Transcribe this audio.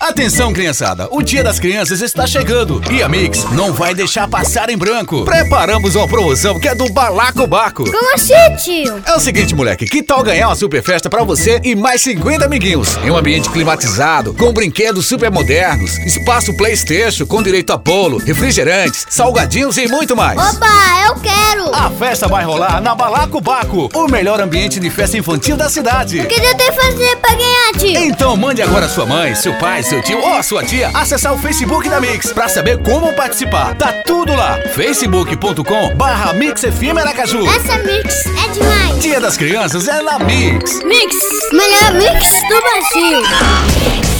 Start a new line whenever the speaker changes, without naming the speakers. Atenção, criançada! O Dia das Crianças está chegando e a Mix não vai deixar passar em branco. Preparamos uma promoção que é do Balaco Baco.
Como assim, tio?
É o seguinte, moleque, que tal ganhar uma super festa pra você e mais 50 amiguinhos? Em um ambiente climatizado, com brinquedos super modernos, espaço Playstation com direito a bolo, refrigerantes, salgadinhos e muito mais.
Opa, eu quero!
A festa vai rolar na Balaco Baco, o melhor ambiente de festa infantil da cidade.
O que eu tenho que fazer pra ganhar, tio?
Então mande agora sua mãe, seu pai, seu tio ou a sua tia acessar o Facebook da Mix pra saber como participar. Tá tudo lá. facebook.com barra Mix FM Aracaju.
Essa mix é demais!
Dia das Crianças é na Mix.
Mix! Melhor mix do Brasil!